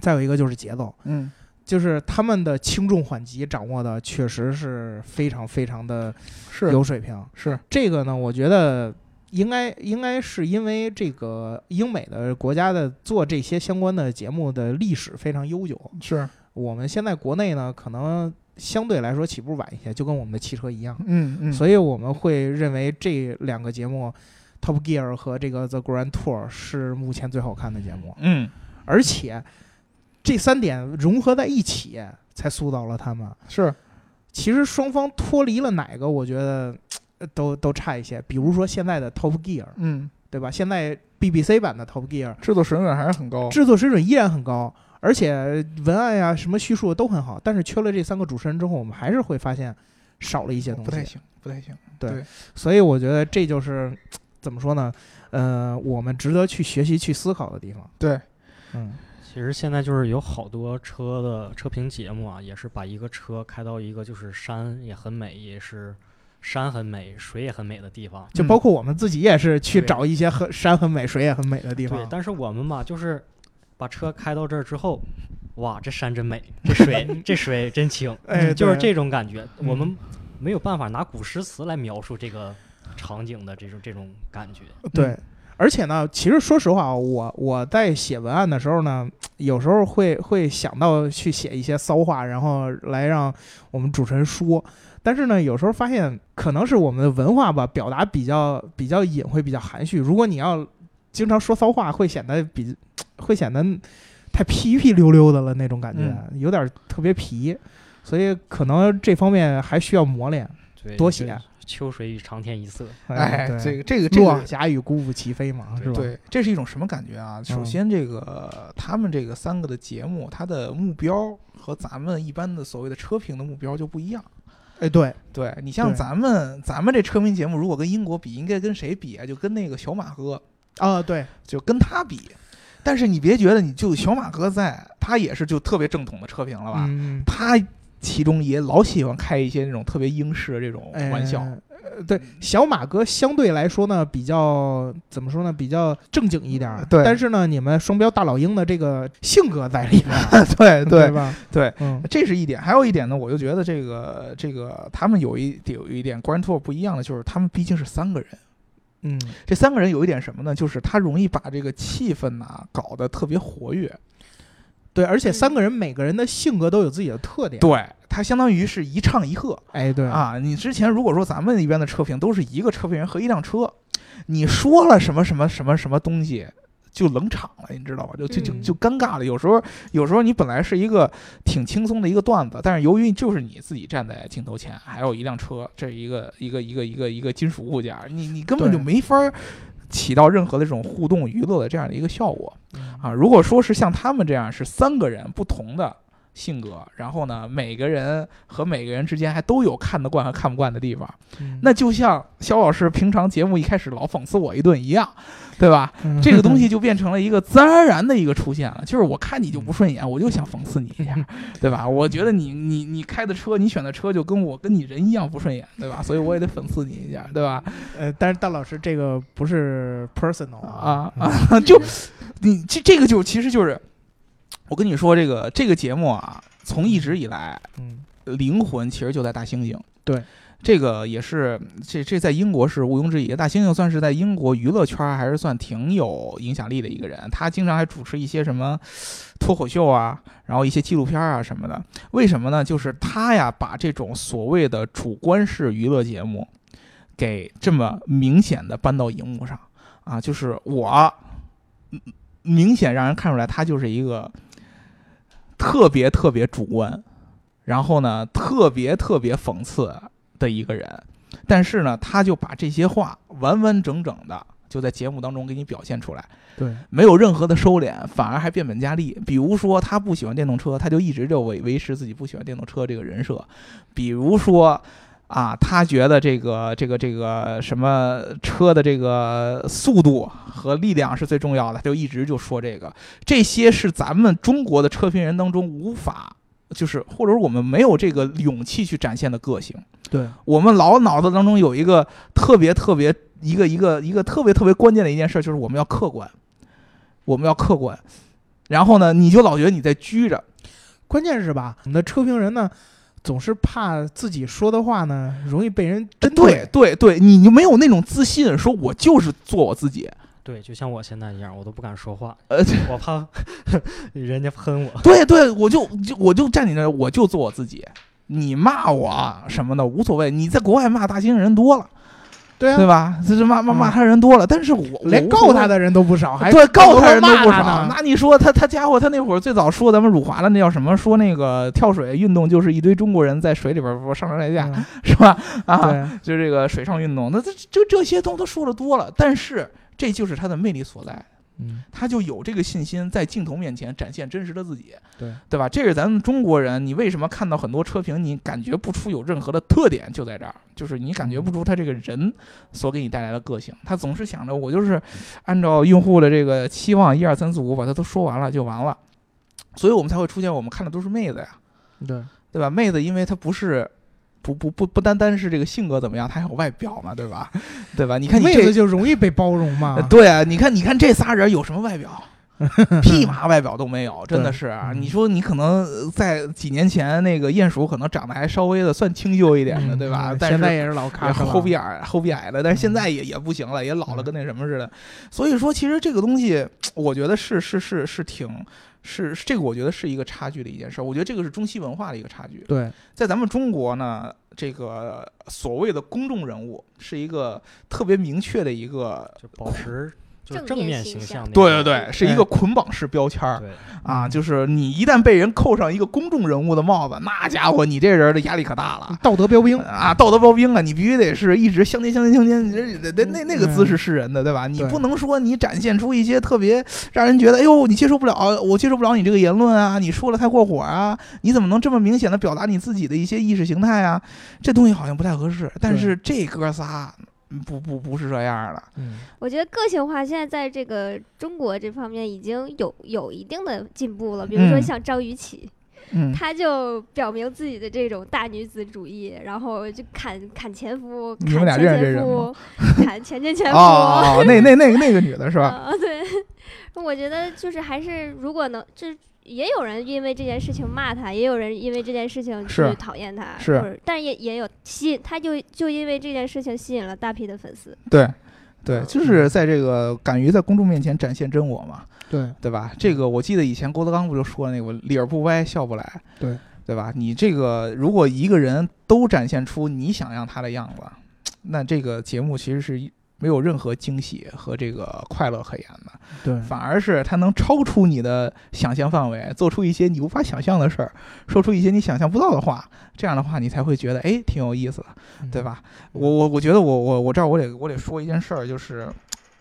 再有一个就是节奏，
嗯，
就是他们的轻重缓急掌握的确实是非常非常的
是
有水平。
是
这个呢，我觉得应该应该是因为这个英美的国家的做这些相关的节目的历史非常悠久。
是，
我们现在国内呢，可能相对来说起步晚一些，就跟我们的汽车一样，
嗯嗯，
所以我们会认为这两个节目。Top Gear 和这个 The Grand Tour 是目前最好看的节目，
嗯
而且这三点融合在一起，才塑造了他们。
是
其实双方脱离了哪个，我觉得呃都都差一些。比如说现在的 Top Gear，
嗯，
对吧？现在 BBC 版的 Top Gear
制作水准还是很高，
制作水准依然很高，而且文案呀、什么叙述都很好。但是缺了这三个主持人之后，我们还是会发现少了一些东
哦不太
西。
行，不太行，
所以我觉得这就是怎么说呢？呃，我们值得去学习、去思考的地方。
对，
嗯，
其实现在就是有好多车的车评节目啊，也是把一个车开到一个就是山也很美，也是山很美，水也很美的地方。
就
嗯
包括我们自己也是去
对
找一些很山很美、水也很美的地
对
方，。
但是我们吧，就是把车开到这儿之后，哇，这山真美，这 水这水真清，
哎，
嗯就是
对
这种感觉。
嗯
我们没有办法拿古诗词来描述这个场景的这种这种感觉。
对，
嗯
而且呢，其实说实话，我我在写文案的时候呢，有时候会会想到去写一些骚话，然后来让我们主持人说。但是呢，有时候发现可能是我们的文化吧，表达比较比较隐晦，比较含蓄。如果你要经常说骚话，会显得比会显得太皮皮溜溜的了那种感觉，
嗯
有点特别皮。所以可能这方面还需要磨练。
对，
多
就
写
秋水与长天 一色，
哎，
对
这个这个这
落
个。
霞与孤鹜齐飞嘛，是吧？
对，这是一种什么感觉啊？首
嗯
先，这个他们这个三个的节目，它的目标和咱们一般的所谓的车评的目标就不一样。
哎，对，
对你像
对
咱们咱们这车评节目，如果跟英国比，应该跟谁比啊？就跟那个小马哥，
啊，对，
就跟他比。但是你别觉得你就小马哥在，他也是就特别正统的车评了吧？
嗯，
他其中也老喜欢开一些那种特别英式的这种玩笑。
呃呃对，小马哥相对来说呢，比较怎么说呢，比较正经一点儿。
嗯对
但是呢，你们双标大老鹰的这个性格在里边 儿，
对
对吧？
对，
嗯，
这是一点。还有一点呢，我就觉得这个这个他们有一有一点关拓不一样的，就是他们毕竟是三个人，
嗯，
这三个人有一点什么呢？就是他容易把这个气氛呐、搞得特别活跃。
对，而且三个人每个人的性格都有自己的特点。
对，他相当于是一唱一和。
哎，对，
啊，你之前如果说咱们一边的车评都是一个车评人和一辆车，你说了什么什么什么什么东西。就冷场了，你知道吧？就就就
嗯
就尴尬了。有时候，有时候你本来是一个挺轻松的一个段子，但是由于就是你自己站在镜头前，还有一辆车，这一个一个一个一个一个金属物件儿，你你根本就
对
没法儿起到任何的这种互动娱乐的这样的一个效果
嗯
啊。如果说是像他们这样是三个人不同的性格，然后呢每个人和每个人之间还都有看得惯和看不惯的地方，
嗯
那就像肖老师平常节目一开始老讽刺我一顿一样，对吧？
嗯
这个东西就变成了一个自然而然的一个出现了，就是我看你就不顺眼，我就想讽刺你一下，对吧？我觉得你你你开的车，你选的车就跟我跟你人一样不顺眼，对吧？所以我也得讽刺你一下，对吧？
呃，但是大老师这个不是 personal
啊啊，就你这这个就其实就是，我跟你说这个这个节目啊，从一直以来
嗯
灵魂其实就在大猩猩。
对，
这个也是这这在英国是毋庸置疑的。大猩猩算是在英国娱乐圈儿还是算挺有影响力的一个人，他经常还主持一些什么 脱口秀啊，然后一些纪录片儿啊什么的。为什么呢？就是他呀，把这种所谓的主观式娱乐节目给这么明显的搬到荧幕上啊，就是我嗯明显让人看出来，他就是一个特别特别主观。然后呢，特别特别讽刺的一个人，但是呢，他就把这些话完完整整的就在节目当中给你表现出来，
对，
没有任何的收敛，反而还变本加厉。比如说，他不喜欢电动车，他就一直就维维持自己不喜欢电动车这个人设；比如说。啊，他觉得这个这个这个什么车的这个速度和力量是最重要的，他就一直就说这个。这些是咱们中国的车评人当中无法，就是或者说我们没有这个勇气去展现的个性。
对，
我们老脑子当中有一个特别特别一个一个一个特别特别关键的一件事，就是我们要客观，我们要客观。然后呢，你就老觉得你在拘着，
关键是吧，我们的车评人呢，总是怕自己说的话呢，容易被人针
对对对，你就没有那种自信，说我就是做我自己。
对，就像我现在一样，我都不敢说话，
呃，
我怕 人家喷我。
对对，我就就我就站你那儿，我就做我自己。你骂我什么的无所谓，你在国外骂大猩猩人多了，
对
对
啊，
吧？这是骂骂骂他人多了，但是我我
连
无所
告
谓
他的人都不少，哦还
对，告
他
人都不少。
呢。
那你说他他家伙，他那会儿最早说咱们辱华的那叫什么？说那个跳水运动就是一堆中国人在水里边儿上上下下，
嗯
是吧？啊，
对，
就这个水上运动，那这这这些东西都说的多了，但是这就是他的魅力所在。
嗯，
他就有这个信心在镜头面前展现真实的自己，
对
对吧？这是咱们中国人，你为什么看到很多车评，你感觉不出有任何的特点，就在这儿，就是你感觉
嗯
不出他这个人所给你带来的个性，他总是想着我就是按照用户的这个期望一二三四五把它都说完了就完了，所以我们才会出现我们看的都是妹子呀，
嗯对，
对吧？妹子，因为她不是。不不不不单单是这个性格怎么样，她还有外表嘛，对吧？ 对吧？你看你
妹
这
子就容易被包容嘛
呃。对啊，你看，你看这仨人有什么 外表？屁嘛外表都没有，真的
对
是啊。
嗯
你说你可能呃在几年前那个鼹鼠可能长得还稍微的算清秀一点的，
嗯
对吧？
嗯
但
现在
是
也是老
也
咖
后
边
鼻矮后鼻矮了，但是现
嗯
在也也不行了，也老了，
嗯
跟那什么似的。所以说，其实这个东西，我觉得是是是是挺是是这个，我觉得是一个差距的一件事儿。我觉得这个是中西文化的一个差距。
对，
在咱们中国呢，这个所谓的公众人物是一个特别明确的一个
就保持就是
正
正
面
面
形
形
象
象那
对对
种。
对，是一个捆绑式标签儿、
对，
啊，就是你一旦被人扣上一个公众人物的帽子，那家伙你这人的压力可大了。
道德标 兵，
啊，道德标兵啊，你必须得是一直相亲相亲相亲，你这得那那个姿势示人的，对吧？你
对
不能说你展现出一些特别让人觉得，哎呦，你接受不了，我接受不了你这个言论啊，你说了太过火啊，你怎么能这么明显的表达你自己的一些意识形态啊？这东西好像不太合适。但
对
是这哥仨嗯不不不是这样的，
嗯，
我觉得个性化现在在这个中国这方面已经有有一定的进步了，比如说
嗯
像张雨绮，
嗯，
她就表明自己的这种大女子主义，然后就砍砍前夫，
你们
砍
俩
前
认识这
前
人
夫
吗，
砍前前前夫。
哦，那那那个那个女的是吧？
啊，对， 我觉得就是还是如果能，就是也有人因为这件事情骂他，也有人因为这件事情去
是
讨厌他，
是
或者，但也也有吸引，他就就因为这件事情吸引了大批的粉丝。
对，对，就是在这个敢于在公众面前展现真我嘛，
对，
对吧？这个我记得以前郭德纲不就说那个理儿不歪，笑不来，
对
对吧？你这个如果一个人都展现出你想让他的样子，那这个节目其实是一没有任何惊喜和这个快乐可言的。
对，
反而是它能超出你的想象范围，做出一些你无法想象的事儿，说出一些你想象不到的话，这样的话你才会觉得哎
嗯
挺有意思的，对吧？我我我觉得我我我这儿我得我得说一件事儿，就是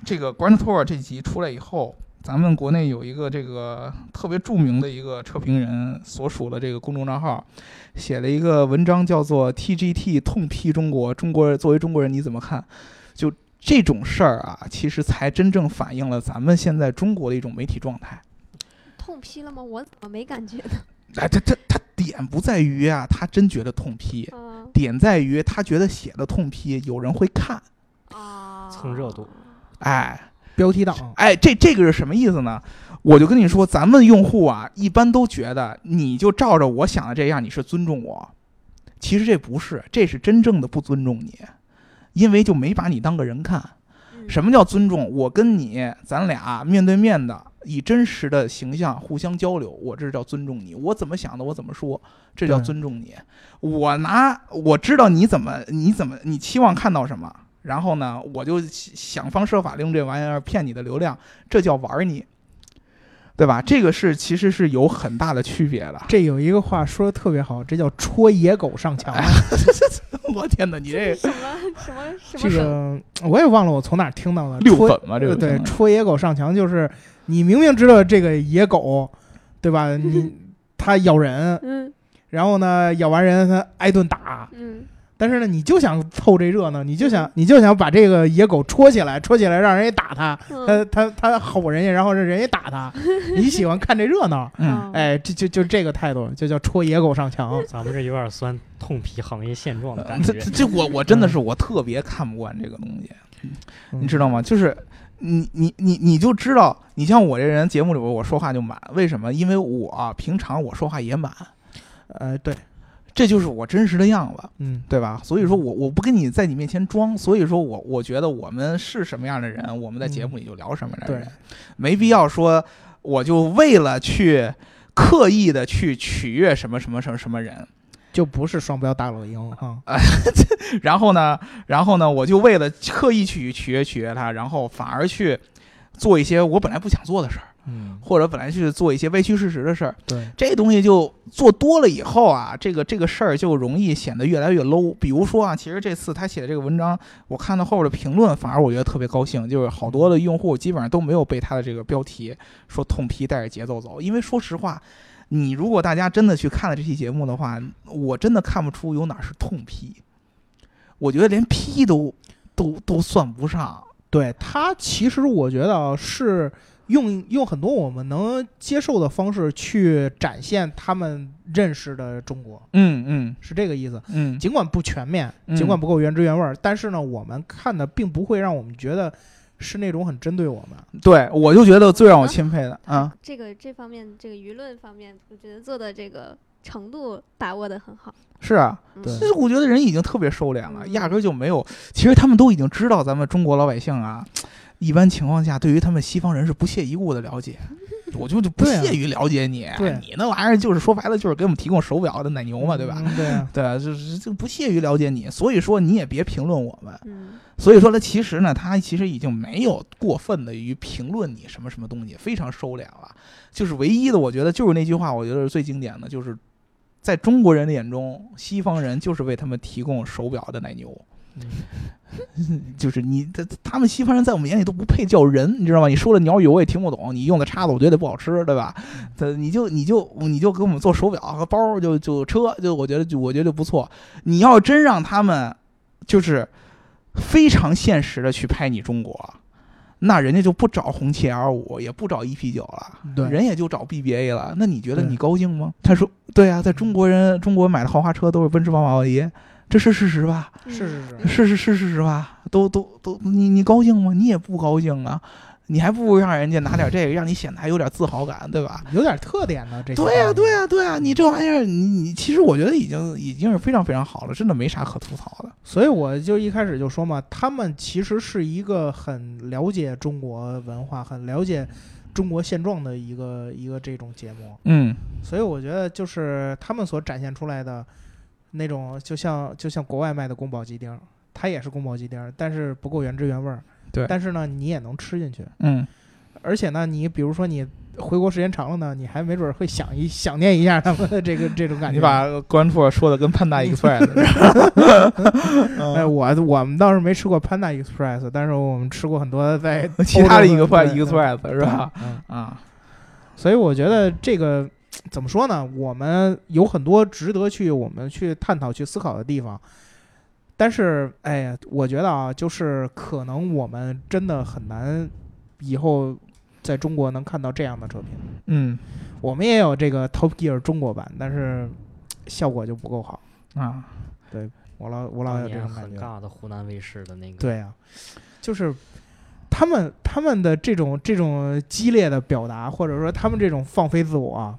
这个 Grand Tour 这集出来以后，咱们国内有一个这个特别著名的一个车评人所属的这个公众账号，写了一个文章，叫做 “TGT 痛批中国，中国人作为中国人你怎么看？”就这种事儿啊，其实才真正反映了咱们现在中国的一种媒体状态。
痛批了吗？我怎么没感觉呢？
哎，他他他点不在于啊，他真觉得痛批，
嗯
点在于他觉得写的痛批有人会看，
啊，
蹭热度，
哎。
标题党，
哎，这这个是什么意思呢？我就跟你说，咱们用户啊，一般都觉得你就照着我想的这样，你是尊重我。其实这不是，这是真正的不尊重你，因为就没把你当个人看。
嗯
什么叫尊重？我跟你，咱俩面对面的，以真实的形象互相交流，我这叫尊重你。我怎么想的，我怎么说，这叫
对
尊重你。我拿我知道你怎么，你怎么，你期望看到什么，然后呢，我就想想方设法利用这玩意儿骗你的流量，这叫玩你，对吧？这个是其实是有很大的区别的。
这有一个话说的特别好，这叫戳野狗上墙。
啊我天哪，你
这是
这
什么什么什
这
么梗？
个我也忘了我从哪儿听到的，
六啊
戳
粉吗？这个
对
听，着
戳野狗上墙就是你明明知道这个野狗，对吧？ 你它咬人，
嗯
然后呢咬完人它挨顿打，
嗯
但是呢你就想凑这热闹，你就想你就想把这个野狗戳起来，戳起来让人家打它，它
嗯
它它吼人家，然后让人家打它，你喜欢看这热闹，
嗯，
哦
哎，这就就这个态度，就叫戳野狗上墙。
咱们这有点算痛批行业现状的
呃
感
这
觉。
这这我我真的是我特别看不惯这个东西。你知道吗？就是你你你你就知道，你像我这人节目里边我说话就满，为什么？因为我、平常我说话也满，
呃，对，
这就是我真实的样子，
嗯，
对吧？所以说我我不跟你在你面前装，所以说我我觉得我们是什么样的人，我们在节目里就聊什么样的
对
人，，没必要说我就为了去刻意的去取悦什么什么什么什么人，
就不是双标大老鹰哈。
然后呢，然后呢，我就为了刻意去取悦取悦他，然后反而去做一些我本来不想做的事儿。
嗯，
或者本来去做一些歪曲事实的事儿，
对，
这东西就做多了以后啊，这个这个事儿就容易显得越来越 low。比如说啊，其实这次他写的这个文章，我看到后边的评论，反而我觉得特别高兴，就是好多的用户基本上都没有被他的这个标题说痛批带着节奏走，因为说实话。你如果大家真的去看了这期节目的话，我真的看不出有哪儿是痛批，我觉得连批都都都算不上。
对他其实我觉得啊是用用很多我们能接受的方式去展现他们认识的中国，
嗯嗯
是这个意思。
嗯，
尽管不全面，
嗯
尽管不够原汁原味儿，但是呢，我们看的并不会让我们觉得是那种很针对我们。
对，我就觉得最让我钦佩的啊，
这个这方面这个舆论方面，我觉得做的这个程度把握的很好。
是啊，
嗯
对
这我觉得人已经特别收敛了，
嗯
压根儿就没有。其实他们都已经知道咱们中国老百姓啊，一般情况下对于他们西方人是不屑一顾的了解，我就就不
对啊
屑于了解你，
对啊
你那玩意儿就是说白了就是给我们提供手表的奶牛嘛，对吧？
嗯？对啊，
对啊，就是就不屑于了解你，所以说你也别评论我们。
嗯
所以说呢，其实呢，他其实已经没有过分的于评论你什么什么东西，非常收敛了。就是唯一的，我觉得就是那句话，我觉得是最经典的，就是在中国人的眼中，西方人就是为他们提供手表的奶牛。 就是你，他他们西方人在我们眼里都不配叫人，你知道吗？你说了鸟语我也听不懂，你用的叉子我觉得不好吃，对吧？他你就你就你就给我们做手表和包儿，就就车，就我觉得就我觉得就不错。你要真让他们就是非常现实的去拍你中国，那人家就不找红旗 L 五，也不找 EP 九了。
对，
人也就找 BBA 了，那你觉得
对
你高兴吗？他说：“对啊，在中国人中国买的豪华车都是奔驰、宝马、奥迪，这是事实吧？
嗯
是是是，
是是是是是吧？都都都，你你高兴吗？你也不高兴啊，你还不如让人家拿点这个，让你显得还有点自豪感，对吧？
有点特点呢。这些
对呀、
东西
对呀、对呀、啊你这玩意儿，你你其实我觉得已经已经是非常非常好了，真的没啥可吐槽的。
所以我就一开始就说嘛，他们其实是一个很了解中国文化、很了解中国现状的一个一个这种节目。
嗯
所以我觉得就是他们所展现出来的那种，就像就像国外卖的宫保鸡丁儿，它也是宫保鸡丁儿，但是不够原汁原味儿。
对
但是呢，你也能吃进去。
嗯
而且呢，你比如说你回国时间长了呢，你还没准儿会想一想念一下他们的这个这种感觉。
你把关拓说的跟潘 大 Express，
哎，
嗯
我我们倒是没吃过 Panda Express，但是我们吃过很多在
其他的一个
欧洲
Express
对
Express 是吧？
嗯，
啊，
所以我觉得这个怎么说呢？我们有很多值得去我们去探讨、去思考的地方。但是，哎呀，我觉得啊，就是可能我们真的很难以后在中国能看到这样的车品。
嗯
我们也有这个 Top Gear 中国版，但是效果就不够好。
啊，
我老我老
当
有这
年
种感
很
觉。
尬的湖南卫视的那个，
对啊，就是他们他们的这种这种激烈的表达，或者说他们这种放飞自我啊，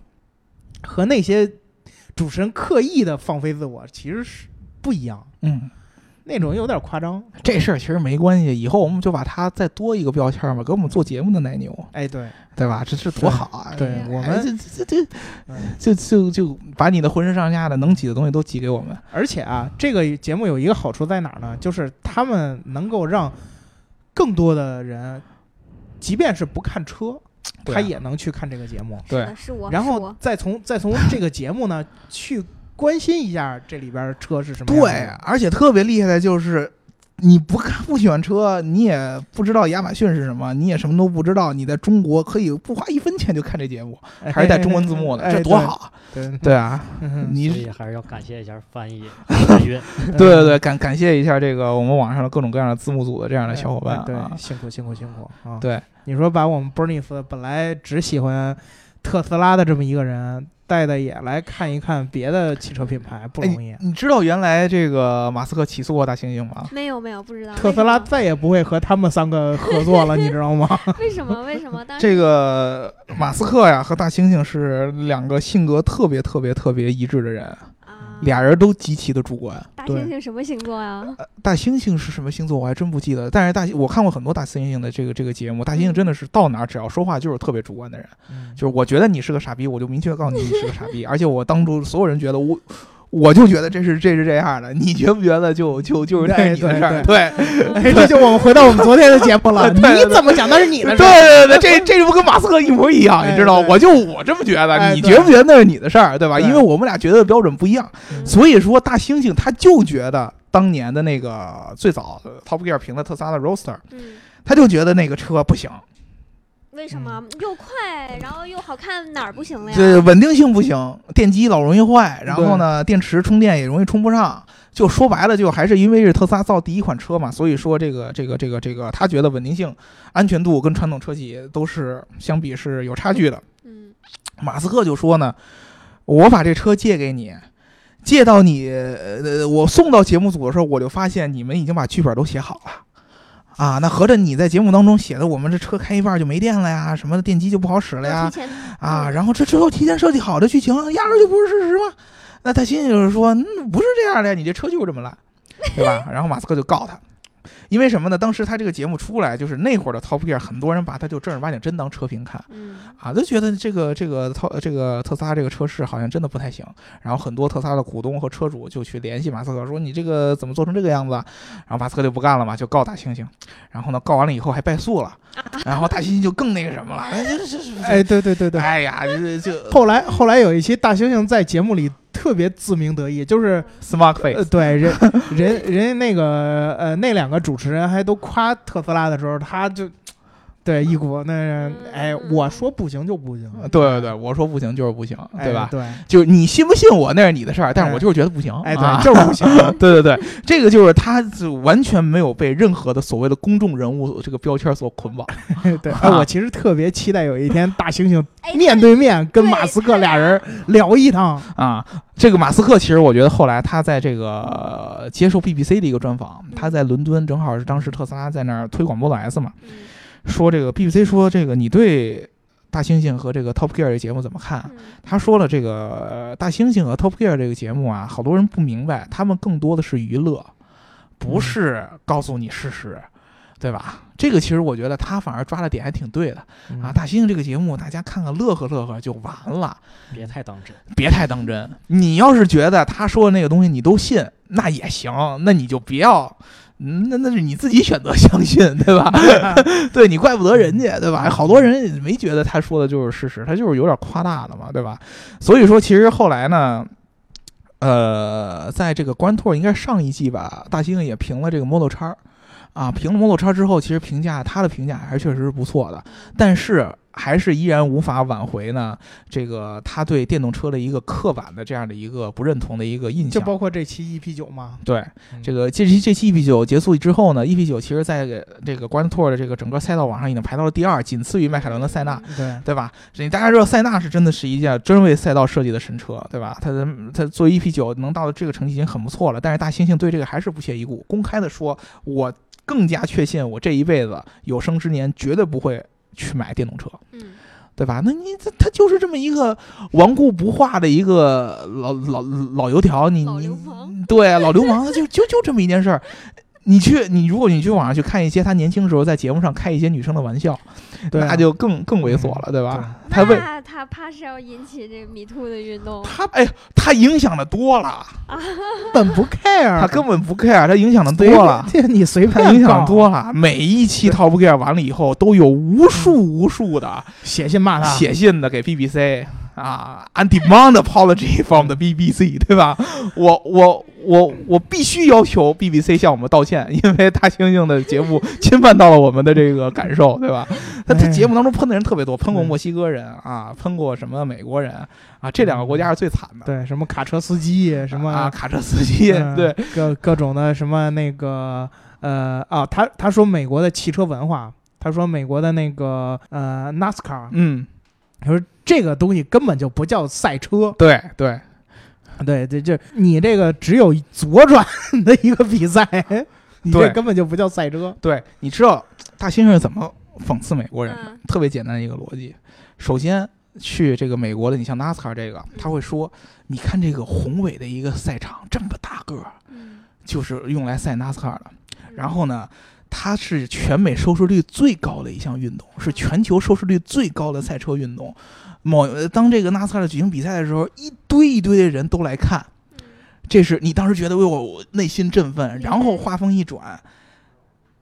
和那些主持人刻意的放飞自我其实是不一样，
嗯，
那种有点夸张。
这事儿其实没关系，以后我们就把它再多一个标签嘛，给我们做节目的奶牛，
哎，对，
对吧？这是多好啊！
对
哎
我们
这这这
嗯
就就就把你的浑身上下的能挤的东西都挤给我们。
而且啊，这个节目有一个好处在哪儿呢？就是他们能够让更多的人，即便是不看车，
对
他也能去看这个节目。
对
呃是我，
然
是
后
我
再从再从这个节目呢去关心一下这里边儿车是什么样
对啊
的。，
而且特别厉害的就是，你不看不喜欢车，你也不知道亚马逊是什么，你也什么都不知道，你在中国可以不花一分钱就看这节目，
哎
还是带中文字幕的，
哎
这多好！
对对
对啊，
嗯
所
你
以还是要感谢一下 翻译海运。
对对
嗯
对，感感谢一下这个我们网上的各种各样的字幕组的这样的小伙伴
哎
啊
对，，辛苦辛苦辛苦啊！
对，
你说把我们 Bernice 本来只喜欢特斯拉的这么一个人，带的也来看一看别的汽车品牌，不
哎
容易。
你知道原来这个马斯克起诉过大猩猩吗？
没有没有不知道
特
为
斯
什
拉
么
再也不会和他们三个合作了，你知道吗？
为什么为什么当时
这个马斯克呀和大猩猩是两个性格特别特别特别一致的人，
啊
俩人嗯都极其的主观。呃
大
对
猩猩什么星座呀？
大猩猩是什么星座我还真不记得，但是大猩我看过很多大猩猩的这个这个节目，大猩猩真的是到哪儿只要说话就是特别主观的人， 就是我觉得你是个傻逼，我就明确告诉你你是个傻逼，而且我当初所有人觉得我。我就觉得这是这是这样的，你觉不觉得就就就是那
对
是你的
对
事儿，
对
对
哎这就我们回到我们昨天的节目了。
对对
你怎么想那是你的
对
事儿，
对对，这这不跟马斯克一模一样，
哎
你知道？
对
我就我这么觉得，
哎
你
对
觉不觉得那是你的事儿，对吧？
对
因为我们俩觉得的标准不一样，
嗯
所以说大猩猩他就觉得当年的那个最早呃 Top Gear 评的特斯拉的 Roadster，
嗯，
他就觉得那个车不行，
为什么又快，然后又好看，哪儿不行了
这
呀？
稳定性不行，电机老容易坏，然后呢，电池充电也容易充不上。就说白了，就还是因为是特斯拉造第一款车嘛，所以说这个这个这个这个，他觉得稳定性、安全度跟传统车企都是相比是有差距的。
嗯，
马斯克就说呢，我把这车借给你，借到你，呃，我送到节目组的时候，我就发现你们已经把剧本都写好了。啊，那合着你在节目当中写的，我们这车开一半就没电了呀，什么的电机就不好使了呀，
提前
啊，
嗯
然后这之后提前设计好的剧情，压根儿就不是事实嘛。那他心里就是说，嗯，不是这样的呀，你这车就是这么烂，对吧？然后马斯克就告他，因为什么呢？当时他这个节目出来，就是那会儿的 Top Gear，很多人把他就正儿八经真当车评看
嗯
啊，就觉得这个这个特这个特斯拉这个车市好像真的不太行。然后很多特斯拉的股东和车主就去联系马斯克说，你这个怎么做成这个样子啊？然后马斯克就不干了嘛，就告大猩猩。然后呢，告完了以后还败诉了，然后大猩猩就更那个什么了，哎，这这 这，
哎，对对对对，
哎呀，这 这
后来后来有一期大猩猩在节目里特别自鸣得意，就是。呃，
smart face，
对，人人人家那个呃那两个主持人还都夸特斯拉的时候，他就对一股那哎，我说不行就不行，
呃对对对，我说不行就是不行，
哎
嗯对吧？
对，
就是你信不信我那是你的事儿，但是
哎
我就是觉得不行，
哎
啊
对，就是不行，
对对对，这个就是他就完全没有被任何的所谓的公众人物这个标签所捆绑，
对。
啊
哎，我其实特别期待有一天大猩猩
哎
面对面跟马
对
斯克
太
俩人聊一趟，
啊，这个马斯克其实我觉得后来他在这个呃接受 BBC 的一个专访，他在伦敦正好是当时特斯拉在那儿推广 Model S 嘛，
嗯
说这个 BBC 说这个你对大猩猩和这个 Top Gear 这节目怎么看？
嗯
他说了，这个呃大猩猩和 Top Gear 这个节目啊，好多人不明白，他们更多的是娱乐，不是告诉你事实，对吧？这个其实我觉得他反而抓的点还挺对的
嗯
啊。大猩猩这个节目，大家看看乐呵乐呵就完了，
别太当真。
别太当真。你要是觉得他说的那个东西你都信，那也行，那你就不要嗯，那那是你自己选择相信，对吧？
啊
对你怪不得人家，对吧？好多人也没觉得他说的就是事实，他就是有点夸大了嘛，对吧？所以说，其实后来呢，呃，在这个关拓应该上一季吧，大猩猩也评了这个 Model 叉。啊，评了 Model 叉之后，其实评价他的评价还确实是不错的，但是还是依然无法挽回呢这个他对电动车的一个刻板的这样的一个不认同的一个印
就
象。
包括这期 EP 九嘛，
对，
嗯
这个这期这期 EP 九结束之后呢，EP 九其实在这个关拓的这个整个赛道网上已经排到了第二，仅次于迈凯伦的塞
嗯
纳，
对，
对吧？这大家知道塞纳是真的是一架真为赛道设计的神车，对吧？他的他作为 EP 九能到这个成绩已经很不错了，但是大猩猩对这个还是不屑一顾，公开的说，我更加确信我这一辈子有生之年绝对不会去买电动车。
嗯，
对吧？那你他他就是这么一个顽固不化的一个老老老油条，你
老
你
流 氓
对老流氓，他就就就这么一件事儿。你去，你如果你去网上去看一些他年轻时候在节目上开一些女生的玩笑，
对啊嗯啊
那就更更猥琐了，对吧？他为
那他怕是要引起这个迷途的运动
他哎，他影响的多了，
本不 care，
他根本不 care，他影响的
随
多了，
这你随
他
便
影响
搞
得多了。每一期 Top Gear 完了以后，都有无数无数的
写信骂 他，
写信的给 BBC 啊，on demand apology from the BBC，对吧？我我我我必须要求 BBC 向我们道歉，因为大猩猩的 节目侵犯到了我们的这个感受，对吧？他他
哎
节目当中喷的人特别多，喷过墨西哥人啊，喷过什么美国人啊，这两个国家是最惨的。
对什么卡车司机什么
啊啊，卡车司机，
嗯
对，
各各种的什么那个呃啊，他他说美国的汽车文化，他说美国的那个呃 NASCAR，
嗯，
他说这个东西根本就不叫赛车，
对啊对。
对对，这你这个只有左转 的一个比赛，你这
对
根本就不叫赛车。
对，你知道大猩猩是怎么讽刺美国人的？
嗯
特别简单的一个逻辑。首先，去这个美国的，你像 NASCAR 这个，他会说，你看这个宏伟的一个赛场，这么大个儿，
嗯，
就是用来赛 NASCAR 的。然后呢，它是全美收视率最高的一项运动，是全球收视率最高的赛车运动。某呃当这个 NASCAR 举行比赛的时候，一堆一堆的人都来看，
嗯
这是你当时觉得为我我内心振奋，然后话锋一转，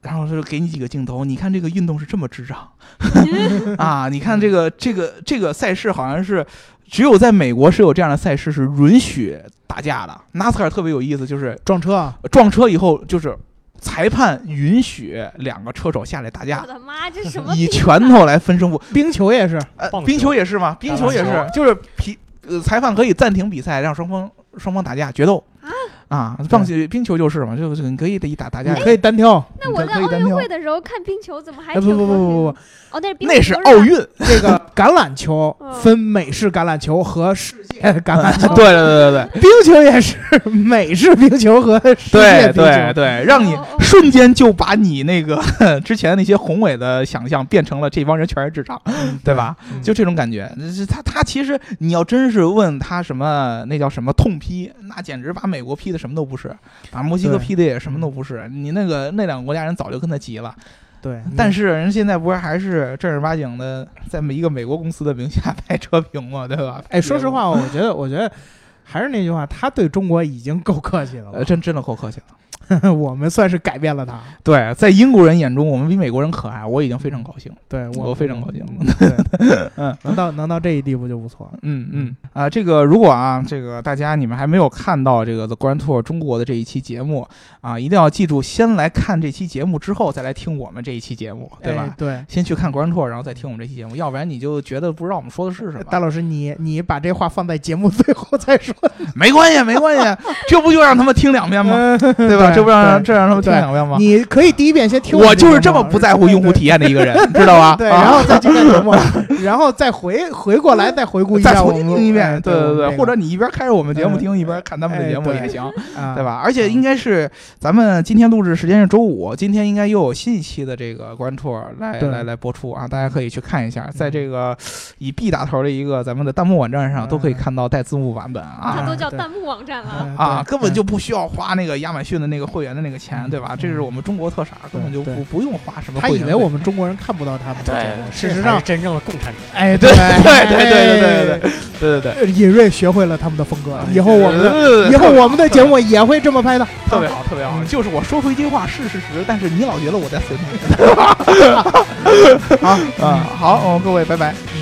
然后他就给你几个镜头，你看这个运动是这么 智障 啊！你看这个这个这个赛事好像是只有在美国是有这样的赛事是允许打架的。NASCAR 特别有意思，就是
撞车啊，
撞车以后就是裁判允许两个车手下来打
我
架。
的妈，这什么啊
以
比
拳头来分胜负，
冰球也是，
呃
棒，球
冰球也是吗？冰球也
打
是
篮，
就是皮呃，裁判可以暂停比赛，让双方双方打架决斗
啊
啊，棒球冰球就是嘛，就是你可以得打打
你
架。
可以单挑。
那我在
可以
奥
单
运
挑
会的时候看冰球，怎么还
哎，不
挺
不不不不
和谐
不
的，哦，那是冰
那
球
是
吧
奥运，
这个橄榄球
嗯
分美式橄榄球和世界 橄榄球，
对对对对
冰球也是美式冰球和世界
对对
冰球。
对对，让你
哦哦
瞬间就把你那个 之前那些宏伟的想象变成了这帮人全是智障， 对吧？
嗯
就这种感觉，这他他其实你要真是问他什么，那叫什么痛批，那简直把美国批的什么都不是，把墨西哥
对
批的也什么都不是。你那个那两个国家人早就跟他急了，
对，
但
是
是人现在不是还是正儿八经的在一个美国公司的名下拍车评嘛，对 吧？
哎，说实，话，我 觉得，我觉得还是那句话，他对中国已经够客气了
呃，真真的够客
嗯
气了。
吧，我们算是改变了他。
对，在英国人眼中，我们比美国人可爱，我已经非常高兴。
对
我非常高兴
嗯对
嗯，
能到能到这一地步就不错了。
嗯嗯啊、这个如果啊，这个大家你们还没有看到这个 The Grand Tour 中国的这一期节目啊，一定要记住，先来看这期节目之后，再来听我们这一期节目，对吧？
哎对，
先去看 Grand Tour，然后再听我们这期节目，要不然你就觉得不知道我们说的是什么。
大老师，你你把这话放在节目最后再说，
没关系，没关系，这不就让他们听两遍吗？ 对
嗯对
吧？这不让让
对
这让他们听
对
两遍吗？
你可以第一遍先听
我
们
就是
节
这
目啊
么不在乎用户体验的一个人，知道吧？
对，
啊
然后再去看节目，然后再回回过来再回顾一
再
下
重
我
新
们，
听一
哎
遍，对
我
对
们这
对，
个
或者你一边开着我们节目
嗯
听，一边看他们的
哎
节目
对
也行，
啊
对吧？而且
嗯
应该是咱们今天录制时间是周五，今天应该又有新一期的这个关拓来
对
来来播出啊，大家可以去看一下，在这个以 B 打头的一个咱们的弹幕网站上都可以看到带字幕版本
它
啊。
都叫
对
弹幕网站了。
嗯
啊，
对
根本就
嗯
不需要花那个亚马逊的那个会员的那个钱，对吧？这是我们中国特色，根本就
对
不不用花什么
他
会员费。
以为我们中国人看不到他们的节目，
对
事
这
实
才
上
是真正的共产
哎，
对
对
对对对对对哎对对对对，
对，尹瑞学会了他们的风格了，以后我们的
们
以后我们的节目也会这么拍的，
特 别好，特别好。
嗯
就是我说回一句话是事实，但 是你老觉得我在损你。
好啊。
啊，好，哦，各位，拜拜。
拜拜。